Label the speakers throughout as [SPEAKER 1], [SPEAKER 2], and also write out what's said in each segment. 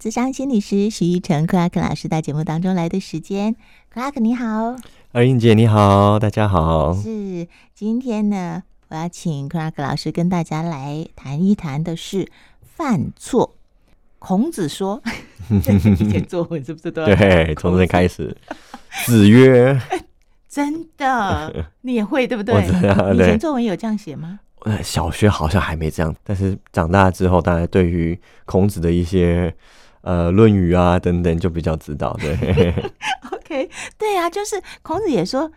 [SPEAKER 1] 咨商心理师徐一成克拉克老师到节目当中来的时间，克拉克你好，
[SPEAKER 2] 二英姐你好，大 家好。
[SPEAKER 1] 是今天呢，我要请克拉克老师跟大家来谈一谈的是犯错。孔子说，以前作文是不是都要
[SPEAKER 2] 对，
[SPEAKER 1] 孔
[SPEAKER 2] 从
[SPEAKER 1] 子
[SPEAKER 2] 这开始。子曰
[SPEAKER 1] 真的你也会对不对？
[SPEAKER 2] 我知道
[SPEAKER 1] 你以前
[SPEAKER 2] 对
[SPEAKER 1] 作文有这样写吗？：“
[SPEAKER 2] 呃小学好像还没这样，但是长大之后，大家对于孔子的一些呃《论语》啊等等，就比较知道。 对，
[SPEAKER 1] OK，对啊，就是孔子也说，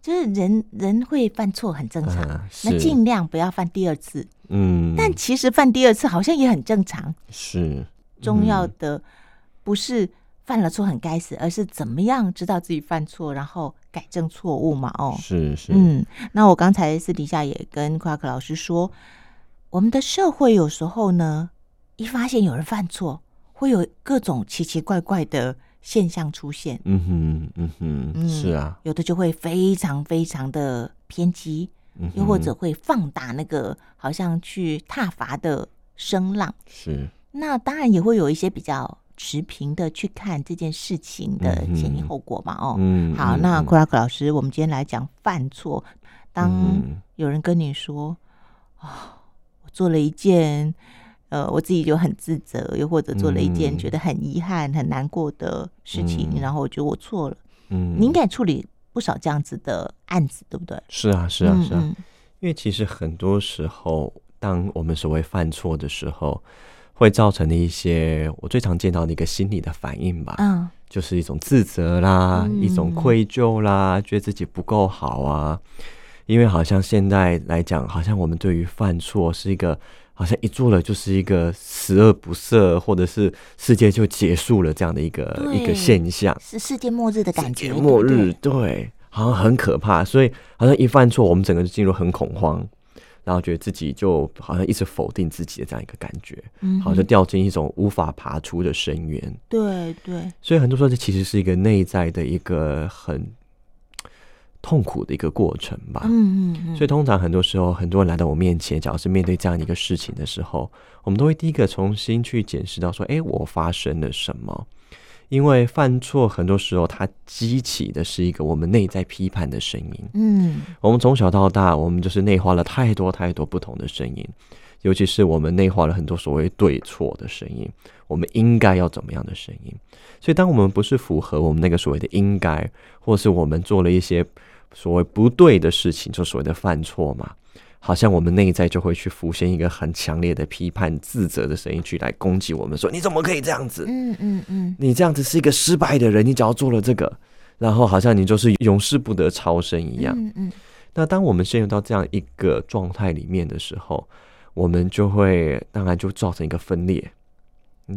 [SPEAKER 1] 就是人人会犯错很正常，
[SPEAKER 2] 嗯
[SPEAKER 1] 那
[SPEAKER 2] 是
[SPEAKER 1] 尽量不要犯第二次。
[SPEAKER 2] 嗯，
[SPEAKER 1] 但其实犯第二次好像也很正常。
[SPEAKER 2] 是
[SPEAKER 1] 重要
[SPEAKER 2] 嗯
[SPEAKER 1] 的不是犯了错很该死，而是怎么样知道自己犯错，然后改正错误嘛。哦，
[SPEAKER 2] 是是，
[SPEAKER 1] 嗯，那我刚才私底下也跟夸克老师说，我们的社会有时候呢，一发现有人犯错，会有各种奇奇怪怪的现象出现。
[SPEAKER 2] 嗯哼，嗯
[SPEAKER 1] 嗯
[SPEAKER 2] 哼，是啊，
[SPEAKER 1] 有的就会非常非常的偏激，
[SPEAKER 2] 嗯哼
[SPEAKER 1] 又或者会放大那个好像去挞伐的声浪。
[SPEAKER 2] 是
[SPEAKER 1] 那当然也会有一些比较持平的去看这件事情的前因后果嘛。哦，
[SPEAKER 2] 嗯，
[SPEAKER 1] 好，
[SPEAKER 2] 嗯
[SPEAKER 1] 那
[SPEAKER 2] 嗯
[SPEAKER 1] c r a 老师，我们今天来讲犯错。当
[SPEAKER 2] 嗯
[SPEAKER 1] 有人跟你说啊、我做了一件。呃，我自己就很自责，又或者做了一件
[SPEAKER 2] 嗯
[SPEAKER 1] 觉得很遗憾、很难过的事情，
[SPEAKER 2] 嗯
[SPEAKER 1] 然后我觉得我错了，
[SPEAKER 2] 嗯
[SPEAKER 1] 你应该处理不少这样子的案子，对不对？
[SPEAKER 2] 是啊，是啊，
[SPEAKER 1] 嗯
[SPEAKER 2] 是啊，
[SPEAKER 1] 嗯
[SPEAKER 2] 因为其实很多时候，当我们所谓犯错的时候，会造成的一些我最常见到的一个心理的反应吧，
[SPEAKER 1] 嗯
[SPEAKER 2] 就是一种自责啦，
[SPEAKER 1] 嗯
[SPEAKER 2] 一种愧疚啦，觉得自己不够好啊。因为好像现在来讲，好像我们对于犯错是一个，好像一做了就是一个十恶不赦，或者是世界就结束了这样的一个
[SPEAKER 1] 对
[SPEAKER 2] 一个现象。
[SPEAKER 1] 是世界末日的感觉，
[SPEAKER 2] 世界末
[SPEAKER 1] 对不对
[SPEAKER 2] 日，对，好像很可怕，所以好像一犯错，我们整个就进入很恐慌，然后觉得自己就好像一直否定自己的这样一个感觉，
[SPEAKER 1] 嗯
[SPEAKER 2] 好像就掉进一种无法爬出的深渊。
[SPEAKER 1] 对对，
[SPEAKER 2] 所以很多时候，这其实是一个内在的一个很痛苦的一个过程吧。
[SPEAKER 1] 嗯嗯嗯，
[SPEAKER 2] 啊所以通常很多时候，很多人来到我面前，只要是面对这样的一个事情的时候，我们都会第一个重新去检视到说，诶，我发生了什么？因为犯错很多时候它激起的是一个我们内在批判的声音。
[SPEAKER 1] 嗯
[SPEAKER 2] 我们从小到大，我们就是内化了太多太多不同的声音，尤其是我们内化了很多所谓对错的声音，我们应该要怎么样的声音。所以，当我们不是符合我们那个所谓的应该，或是我们做了一些所谓不对的事情，就所谓的犯错嘛，好像我们内在就会去浮现一个很强烈的批判、自责的声音，去来攻击我们，说你怎么可以这样子？
[SPEAKER 1] 嗯嗯嗯，
[SPEAKER 2] 你这样子是一个失败的人，你只要做了这个，然后好像你就是永世不得超生一样。
[SPEAKER 1] 嗯嗯
[SPEAKER 2] 那当我们陷入到这样一个状态里面的时候，我们就会当然就造成一个分裂。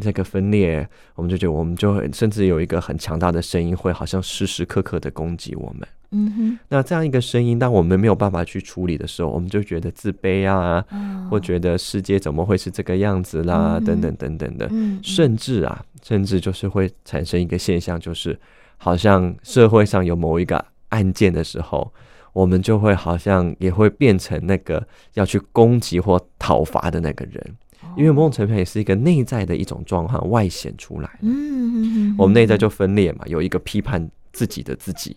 [SPEAKER 2] 这个分裂，我们就觉得我们就会甚至有一个很强大的声音，会好像时时刻刻的攻击我们。
[SPEAKER 1] 嗯
[SPEAKER 2] 那这样一个声音，当我们没有办法去处理的时候，我们就觉得自卑啊，
[SPEAKER 1] 哼，
[SPEAKER 2] 或
[SPEAKER 1] 得
[SPEAKER 2] 觉得世界怎么会是这个样子啦，
[SPEAKER 1] 嗯哼
[SPEAKER 2] 等等等等的。
[SPEAKER 1] 嗯
[SPEAKER 2] 甚至啊，甚至就是会产生一个现象，就是好像社会上有某一个案件的时候，我们就会好像也会变成那个要去攻击或讨伐的那个人，因为某种程度上也是一个内在的一种状况外显出来。
[SPEAKER 1] 嗯嗯，
[SPEAKER 2] 我们内在就分裂嘛，有一个批判自己的自己，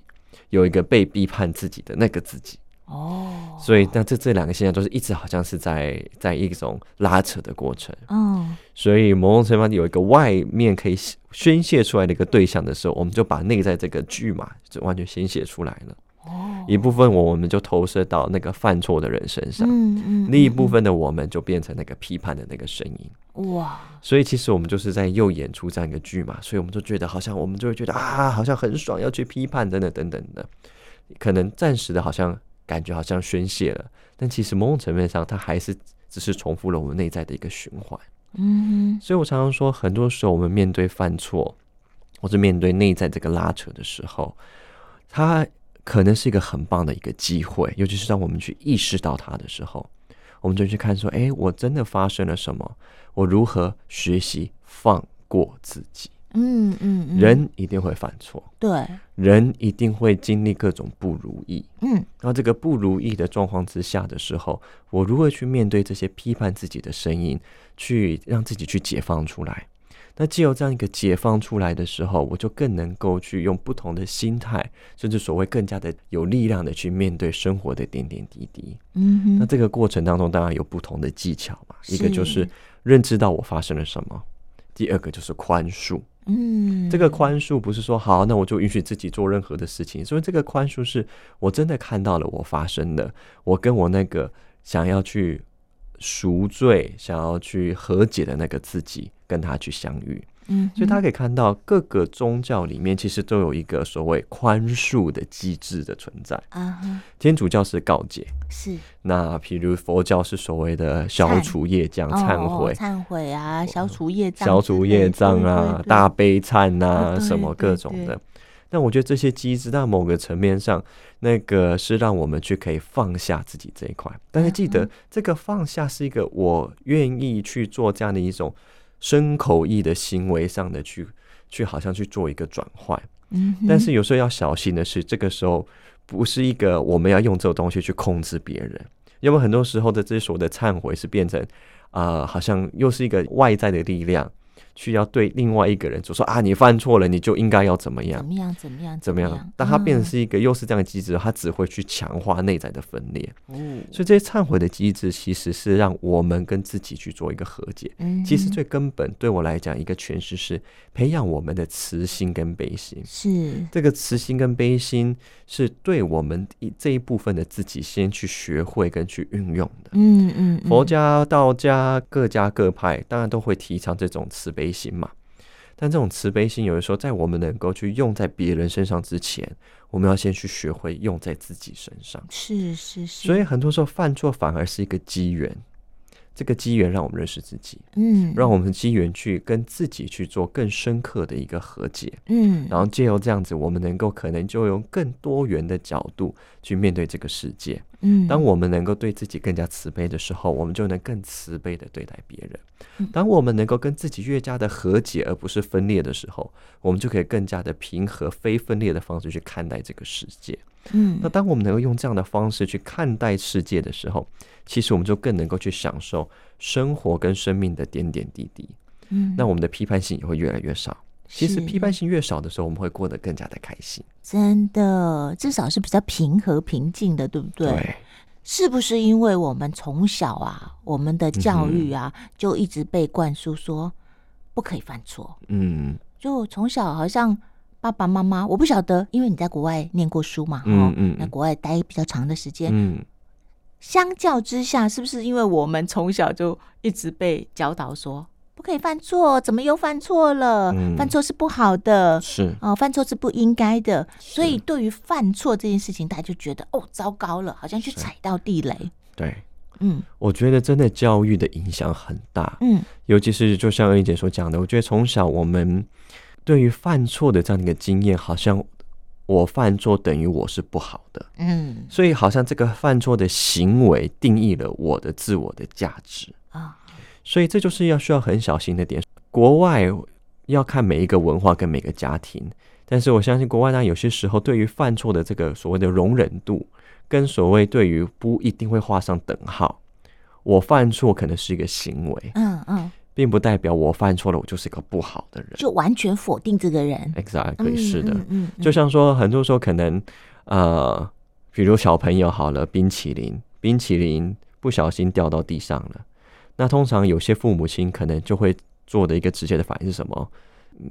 [SPEAKER 2] 有一个被批判自己的那个自己。
[SPEAKER 1] 哦，
[SPEAKER 2] 所以，那这这两个现象都是一直好像是在在一种拉扯的过程。
[SPEAKER 1] 嗯
[SPEAKER 2] 所以某种程度上有一个外面可以宣泄出来的一个对象的时候，我们就把内在这个剧嘛，就完全宣泄出来了。
[SPEAKER 1] 哦，
[SPEAKER 2] 一部分我我们就投射到那个犯错的人身上，
[SPEAKER 1] 嗯嗯，
[SPEAKER 2] 另一部分的我们就变成那个批判的那个声音。
[SPEAKER 1] 哇，
[SPEAKER 2] 所以其实我们就是在又演出这样一个剧嘛，所以我们就觉得好像我们就会觉得啊，好像很爽，要去批判等等等等的，可能暂时的好像感觉好像宣泄了，但其实某种层面上，它还是只是重复了我们内在的一个循环。
[SPEAKER 1] 嗯
[SPEAKER 2] 所以我常常说，很多时候我们面对犯错，或是面对内在这个拉扯的时候，它可能是一个很棒的一个机会，尤其是当我们去意识到它的时候，我们就去看说，诶，我真的发生了什么？我如何学习放过自己？
[SPEAKER 1] 嗯嗯嗯，
[SPEAKER 2] 人一定会犯错，
[SPEAKER 1] 对，
[SPEAKER 2] 人一定会经历各种不如意。
[SPEAKER 1] 嗯
[SPEAKER 2] 然后这个不如意的状况之下的时候，我如何去面对这些批判自己的声音，去让自己去解放出来？那既有这样一个解放出来的时候，我就更能够去用不同的心态，甚至所谓更加的有力量的去面对生活的点点滴滴。
[SPEAKER 1] 嗯
[SPEAKER 2] 那
[SPEAKER 1] 哼，
[SPEAKER 2] 这个过程当中，当然有不同的技巧嘛，一个就是是认知到我发生了什么，第二个就是宽恕。
[SPEAKER 1] 嗯，
[SPEAKER 2] 这个宽恕不是说好，那我就允许自己做任何的事情，所以这个宽恕是我真的看到了我发生的，我跟我那个想要去赎罪、想要去和解的那个自己，跟他去相遇。
[SPEAKER 1] 嗯哼，
[SPEAKER 2] 所以大家可以看到，各个宗教里面其实都有一个所谓宽恕的机制的存在。
[SPEAKER 1] 啊哈，
[SPEAKER 2] 天主教是告解，
[SPEAKER 1] 是
[SPEAKER 2] 那譬如佛教是所谓的消
[SPEAKER 1] 忏
[SPEAKER 2] 除业障、
[SPEAKER 1] 哦
[SPEAKER 2] 忏悔。
[SPEAKER 1] 忏悔啊，消除业障之类的，
[SPEAKER 2] 消除业障啊
[SPEAKER 1] 对、对
[SPEAKER 2] 大悲忏啊、
[SPEAKER 1] 啊对
[SPEAKER 2] 什么各
[SPEAKER 1] 对
[SPEAKER 2] 种
[SPEAKER 1] 对
[SPEAKER 2] 的。但我觉得这些机制在某个层面上，那个是让我们去可以放下自己这一块。但是记
[SPEAKER 1] 嗯
[SPEAKER 2] 得，这个放下是一个我愿意去做这样的一种身口意的行为上的去去，好像去做一个转换。
[SPEAKER 1] 嗯哼，
[SPEAKER 2] 但是有时候要小心的是，这个时候不是一个我们要用这种东西去控制别人，因为很多时候的这所谓的忏悔是变成啊、呃好像又是一个外在的力量，去要对另外一个人就说啊，你犯错了，你就应该要怎么
[SPEAKER 1] 怎
[SPEAKER 2] 样
[SPEAKER 1] 么样怎么样
[SPEAKER 2] 怎么
[SPEAKER 1] 么
[SPEAKER 2] 样。当它变成
[SPEAKER 1] 嗯
[SPEAKER 2] 是一个又是这样的机制，它只会去强化内在的分裂。
[SPEAKER 1] 哦
[SPEAKER 2] 所以这些忏悔的机制其实是让我们跟自己去做一个和解。
[SPEAKER 1] 嗯
[SPEAKER 2] 其实
[SPEAKER 1] 哼
[SPEAKER 2] 最根本对我来讲，一个诠释是培养我们的慈心跟悲心。
[SPEAKER 1] 是
[SPEAKER 2] 这个慈心跟悲心是对我们一这一部分的自己先去学会跟去运用的。
[SPEAKER 1] 嗯嗯，嗯
[SPEAKER 2] 佛家、道家各家各派当然都会提倡这种慈悲心嘛，但这种慈悲心有的时候在我们能够去用在别人身上之前，我们要先去学会用在自己身上。
[SPEAKER 1] 是是是，
[SPEAKER 2] 所以很多时候犯错反而是一个机缘，这个机缘让我们认识自己，
[SPEAKER 1] 嗯，
[SPEAKER 2] 让我们的机缘去跟自己去做更深刻的一个和解。
[SPEAKER 1] 嗯，
[SPEAKER 2] 然后借由这样子，我们能够可能就用更多元的角度去面对这个世界。
[SPEAKER 1] 嗯，
[SPEAKER 2] 当我们能够对自己更加慈悲的时候，我们就能更慈悲的对待别
[SPEAKER 1] 嗯
[SPEAKER 2] 人。当我们能够跟自己越加的和解，而不是分裂的时候，我们就可以更加的平和、非分裂的方式去看待这个世界。
[SPEAKER 1] 嗯
[SPEAKER 2] 那当我们能够用这样的方式去看待世界的时候，其实我们就更能够去享受生活跟生命的点点滴滴。
[SPEAKER 1] 嗯，
[SPEAKER 2] 那我们的批判性也会越来越少。其实
[SPEAKER 1] 是
[SPEAKER 2] 批判性越少的时候，我们会过得更加的开心。
[SPEAKER 1] 真的至少是比较平和平静的，对不对？是不是因为我们从小啊，我们的教育啊，
[SPEAKER 2] 嗯
[SPEAKER 1] 就一直被灌输说不可以犯错，
[SPEAKER 2] 嗯
[SPEAKER 1] 就从小好像爸爸妈妈，我不晓得，因为你在国外念过书嘛，哈、
[SPEAKER 2] 嗯嗯
[SPEAKER 1] 在国外待比较长的时间，
[SPEAKER 2] 嗯，
[SPEAKER 1] 相较之下，是不是因为我们从小就一直被教导说不可以犯错，怎么又犯错了？
[SPEAKER 2] 嗯
[SPEAKER 1] 犯错是不好的，
[SPEAKER 2] 是
[SPEAKER 1] 哦，犯错是不应该的，
[SPEAKER 2] 是
[SPEAKER 1] 所以对于犯错这件事情，大家就觉得哦，糟糕了，好像去踩到地雷。
[SPEAKER 2] 对。
[SPEAKER 1] 嗯
[SPEAKER 2] 我觉得真的教育的影响很大，
[SPEAKER 1] 嗯
[SPEAKER 2] 尤其是就像恩姐所讲的，我觉得从小我们对于犯错的这样的一个经验，好像我犯错等于我是不好的，
[SPEAKER 1] 嗯
[SPEAKER 2] 所以好像这个犯错的行为定义了我的自我的价值。
[SPEAKER 1] 啊，
[SPEAKER 2] 所以这就是要需要很小心的点。国外要看每一个文化跟每个家庭，但是我相信国外呢，有些时候对于犯错的这个所谓的容忍度，跟所谓对于不一定会画上等号。我犯错可能是一个行为，
[SPEAKER 1] 嗯嗯，
[SPEAKER 2] 并不代表我犯错了，我就是一个不好的人。
[SPEAKER 1] 就完全否定这个人。
[SPEAKER 2] Exactly，
[SPEAKER 1] 嗯，
[SPEAKER 2] 是的，
[SPEAKER 1] 嗯嗯，嗯
[SPEAKER 2] 就像说，很多时候可能，呃，比如小朋友好了，冰淇淋，冰淇淋不小心掉到地上了，那通常有些父母亲可能就会做的一个直接的反应是什么？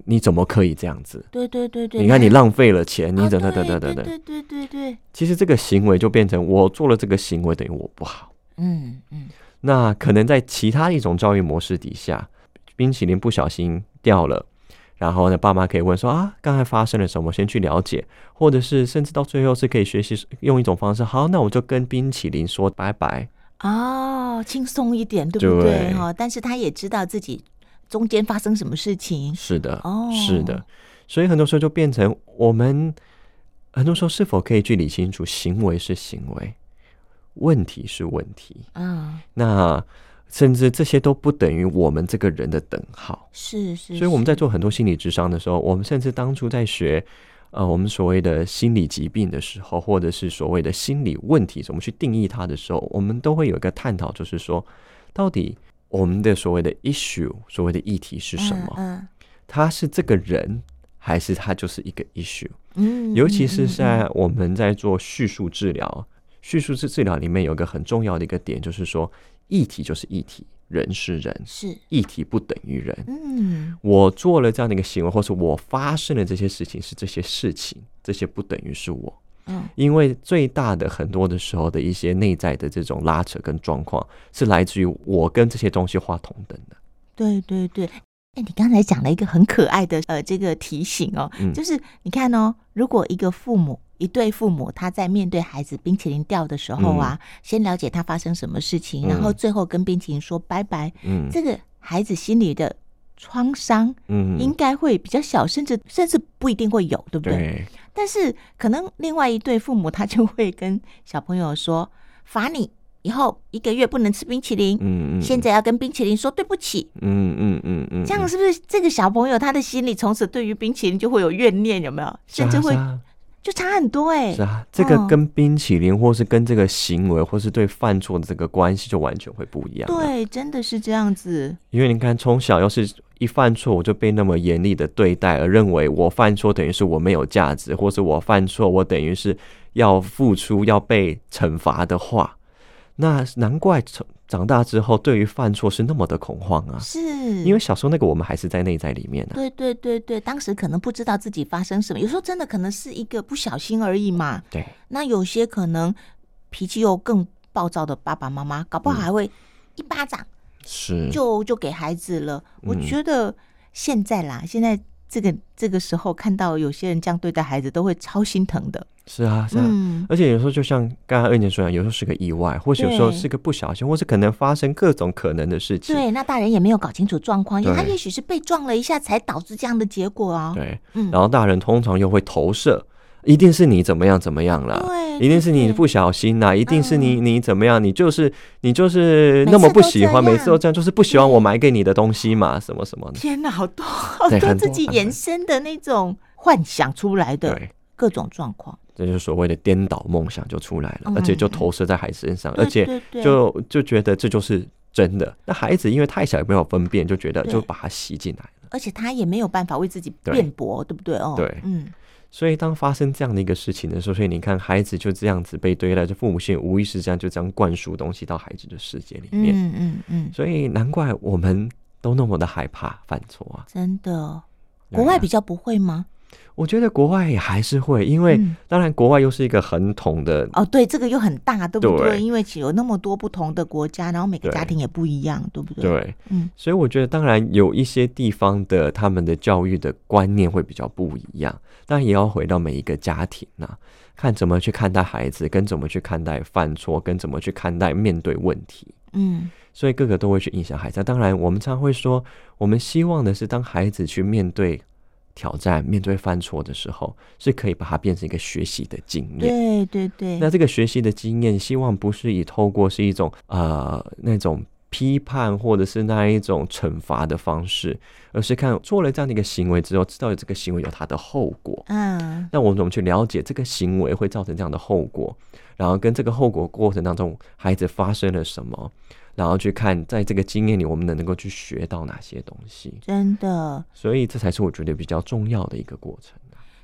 [SPEAKER 2] 你怎么可以这样子？
[SPEAKER 1] 对对对对，
[SPEAKER 2] 你看你浪费了钱，你
[SPEAKER 1] 啊
[SPEAKER 2] 怎等
[SPEAKER 1] 对
[SPEAKER 2] 等
[SPEAKER 1] 对
[SPEAKER 2] 等等等。
[SPEAKER 1] 对对对对，
[SPEAKER 2] 其实这个行为就变成我做了这个行为等于我不好。
[SPEAKER 1] 嗯嗯
[SPEAKER 2] 那可能在其他一种教育模式底下，冰淇淋不小心掉了，然后呢，爸妈可以问说啊，刚才发生了什么，先去了解，或者是甚至到最后是可以学习用一种方式，好，那我就跟冰淇淋说拜拜，
[SPEAKER 1] 哦，轻松一点，对不对？
[SPEAKER 2] 对
[SPEAKER 1] 哈，但是他也知道自己中间发生什么事情。
[SPEAKER 2] 是的，
[SPEAKER 1] 哦
[SPEAKER 2] 是的，所以很多时候就变成我们很多时候是否可以去理清楚行为是行为，问题是问题，
[SPEAKER 1] 啊，
[SPEAKER 2] 那甚至这些都不等于我们这个人的等号。
[SPEAKER 1] 是是，
[SPEAKER 2] 所以我们在
[SPEAKER 1] 嗯是
[SPEAKER 2] 做很多心理智商的时候，我们甚至当初在学，呃，我们所谓的心理疾病的时候，或者是所谓的心理问题，我们去定义它的时候，我们都会有一个探讨，就是说，到底我们的所谓的 issue，所谓的议题是什么？
[SPEAKER 1] 嗯
[SPEAKER 2] 他是这个人，还是他就是一个 issue？
[SPEAKER 1] 嗯，
[SPEAKER 2] 尤其是
[SPEAKER 1] 嗯
[SPEAKER 2] 在我们在做叙述治疗，叙述治治疗里面有一个很重要的一个点，就是说议题就是议题，人是人，
[SPEAKER 1] 是
[SPEAKER 2] 议题不等于人。
[SPEAKER 1] 嗯
[SPEAKER 2] 我做了这样的一个行为，或是我发生了这些事情，是这些事情，这些不等于是我。
[SPEAKER 1] 嗯
[SPEAKER 2] 因为最大的很多的时候的一些内在的这种拉扯跟状况，是来自于我跟这些东西画同等的。
[SPEAKER 1] 对对对。哎，你刚才讲了一个很可爱的呃这个提醒哦，
[SPEAKER 2] 嗯
[SPEAKER 1] 就是你看哦，如果一个父母。一对父母，他在面对孩子冰淇淋掉的时候啊，先了解他发生什么事情，然后
[SPEAKER 2] 嗯
[SPEAKER 1] 最后跟冰淇淋说拜拜，
[SPEAKER 2] 嗯
[SPEAKER 1] 这个孩子心里的创伤应
[SPEAKER 2] 嗯，
[SPEAKER 1] 该会比较小，甚至甚至不一定会有，对不对？
[SPEAKER 2] 对，
[SPEAKER 1] 但是可能另外一对父母他就会跟小朋友说，罚你以后一个月不能吃冰淇淋，
[SPEAKER 2] 嗯嗯，
[SPEAKER 1] 现在要跟冰淇淋说对不起。
[SPEAKER 2] 嗯，嗯嗯嗯嗯，
[SPEAKER 1] 这样是不是这个小朋友他的心里从此对于冰淇淋就会有怨念，有没有？
[SPEAKER 2] 是啊
[SPEAKER 1] 甚至会
[SPEAKER 2] 是啊
[SPEAKER 1] 就差很多哎、
[SPEAKER 2] 是啊，这个
[SPEAKER 1] 嗯
[SPEAKER 2] 跟冰淇淋，或是跟这个行为，或是对犯错的这个关系，就完全会不一样。，
[SPEAKER 1] 对，真的是这样子。
[SPEAKER 2] 因为你看，从小要是一犯错，我就被那么严厉的对待，而认为我犯错等于是我没有价值，或是我犯错，我等于是要付出、要被惩罚的话，那难怪长长大之后，对于犯错是那么的恐慌啊。
[SPEAKER 1] 是，
[SPEAKER 2] 因为啊小时候那个我们还是在内在里面呢、
[SPEAKER 1] 对对对对，当时可能不知道自己发生什么，有时候真的可能是一个不小心而已嘛。
[SPEAKER 2] 对，
[SPEAKER 1] 那有些可能脾气又更暴躁的爸爸妈妈，搞不好
[SPEAKER 2] 嗯
[SPEAKER 1] 还会一巴掌
[SPEAKER 2] 是，
[SPEAKER 1] 就就给孩子了。我
[SPEAKER 2] 嗯
[SPEAKER 1] 觉得现在啦，现在这个这个时候看到有些人这样对待孩子，都会超心疼的。
[SPEAKER 2] 是啊，是啊。
[SPEAKER 1] 嗯，
[SPEAKER 2] 而且有时候就像刚刚二姐说的，有时候是个意外，或许有时候
[SPEAKER 1] 对
[SPEAKER 2] 是个不小心，或是可能发生各种可能的事情。
[SPEAKER 1] 对，那大人也没有搞清楚状况，因为他
[SPEAKER 2] 对
[SPEAKER 1] 也许是被撞了一下才导致这样的结果啊。
[SPEAKER 2] 对
[SPEAKER 1] 嗯
[SPEAKER 2] 然后大人通常又会投射，一定是你怎么样怎么样啦，
[SPEAKER 1] 对，
[SPEAKER 2] 啊一定是你
[SPEAKER 1] 对嗯
[SPEAKER 2] 不小心啦，一定是你你怎么样，你就是你就是那么不喜欢，
[SPEAKER 1] 每
[SPEAKER 2] 每
[SPEAKER 1] 次
[SPEAKER 2] 次
[SPEAKER 1] 都
[SPEAKER 2] 都这样，就是不喜欢我买给你的东西嘛，什么什么的。
[SPEAKER 1] 天哪，好多好
[SPEAKER 2] 对
[SPEAKER 1] 多
[SPEAKER 2] 很
[SPEAKER 1] 自
[SPEAKER 2] 多
[SPEAKER 1] 己
[SPEAKER 2] 很
[SPEAKER 1] 延
[SPEAKER 2] 多
[SPEAKER 1] 伸的那种幻想出来的
[SPEAKER 2] 对，
[SPEAKER 1] 各种状况，
[SPEAKER 2] 这就是所谓的颠倒梦想就出来了
[SPEAKER 1] 嗯，
[SPEAKER 2] 而且就投射在孩子身上，
[SPEAKER 1] 对
[SPEAKER 2] 而且
[SPEAKER 1] 对对
[SPEAKER 2] 就就觉得这就是真的。那孩子因为太小也没有分辨，就觉得
[SPEAKER 1] 对
[SPEAKER 2] 就把它吸进来。
[SPEAKER 1] 而且他也没有办法为自己
[SPEAKER 2] 对
[SPEAKER 1] 辩驳，对不对？哦，
[SPEAKER 2] 对
[SPEAKER 1] 嗯，
[SPEAKER 2] 所以当发生这样的一个事情的时候，所以你看孩子就这样子被对待，就父母亲无意识这样就这样灌输东西到孩子的世界里面，
[SPEAKER 1] 嗯嗯嗯，
[SPEAKER 2] 所以难怪我们都那么的害怕犯错啊。
[SPEAKER 1] 真的，
[SPEAKER 2] 对啊
[SPEAKER 1] 国外比较不会吗？
[SPEAKER 2] 我觉得国外也还是会，因为
[SPEAKER 1] 嗯
[SPEAKER 2] 当然国外又是一个很统的，
[SPEAKER 1] 哦，对，这个又很大，对不对？
[SPEAKER 2] 对
[SPEAKER 1] 因为其实有那么多不同的国家，然后每个
[SPEAKER 2] 对
[SPEAKER 1] 家庭也不一样，对不对？，
[SPEAKER 2] 对，
[SPEAKER 1] 嗯，
[SPEAKER 2] 所以我觉得当然有一些地方的他们的教育的观念会比较不一样，但也要回到每一个家庭呐、看怎么去看待孩子，跟怎么去看待犯错，跟怎么去看待面对问题。
[SPEAKER 1] 嗯，
[SPEAKER 2] 所以各个都会去影响孩子。当然，我们常会说，我们希望的是，当孩子去面对挑战、面对犯错的时候，是可以把它变成一个学习的经验。
[SPEAKER 1] 对对对，
[SPEAKER 2] 那这个学习的经验，希望不是以透过是一种呃那种批判或者是那一种惩罚的方式，而是看做了这样的一个行为之后，知道这个行为有它的后果。
[SPEAKER 1] 嗯，
[SPEAKER 2] 那我们怎么去了解这个行为会造成这样的后果？然后跟这个后果过程当中，孩子发生了什么？然后去看在这个经验里，我们能够去学到哪些东西？
[SPEAKER 1] 真的，
[SPEAKER 2] 所以这才是我觉得比较重要的一个过程。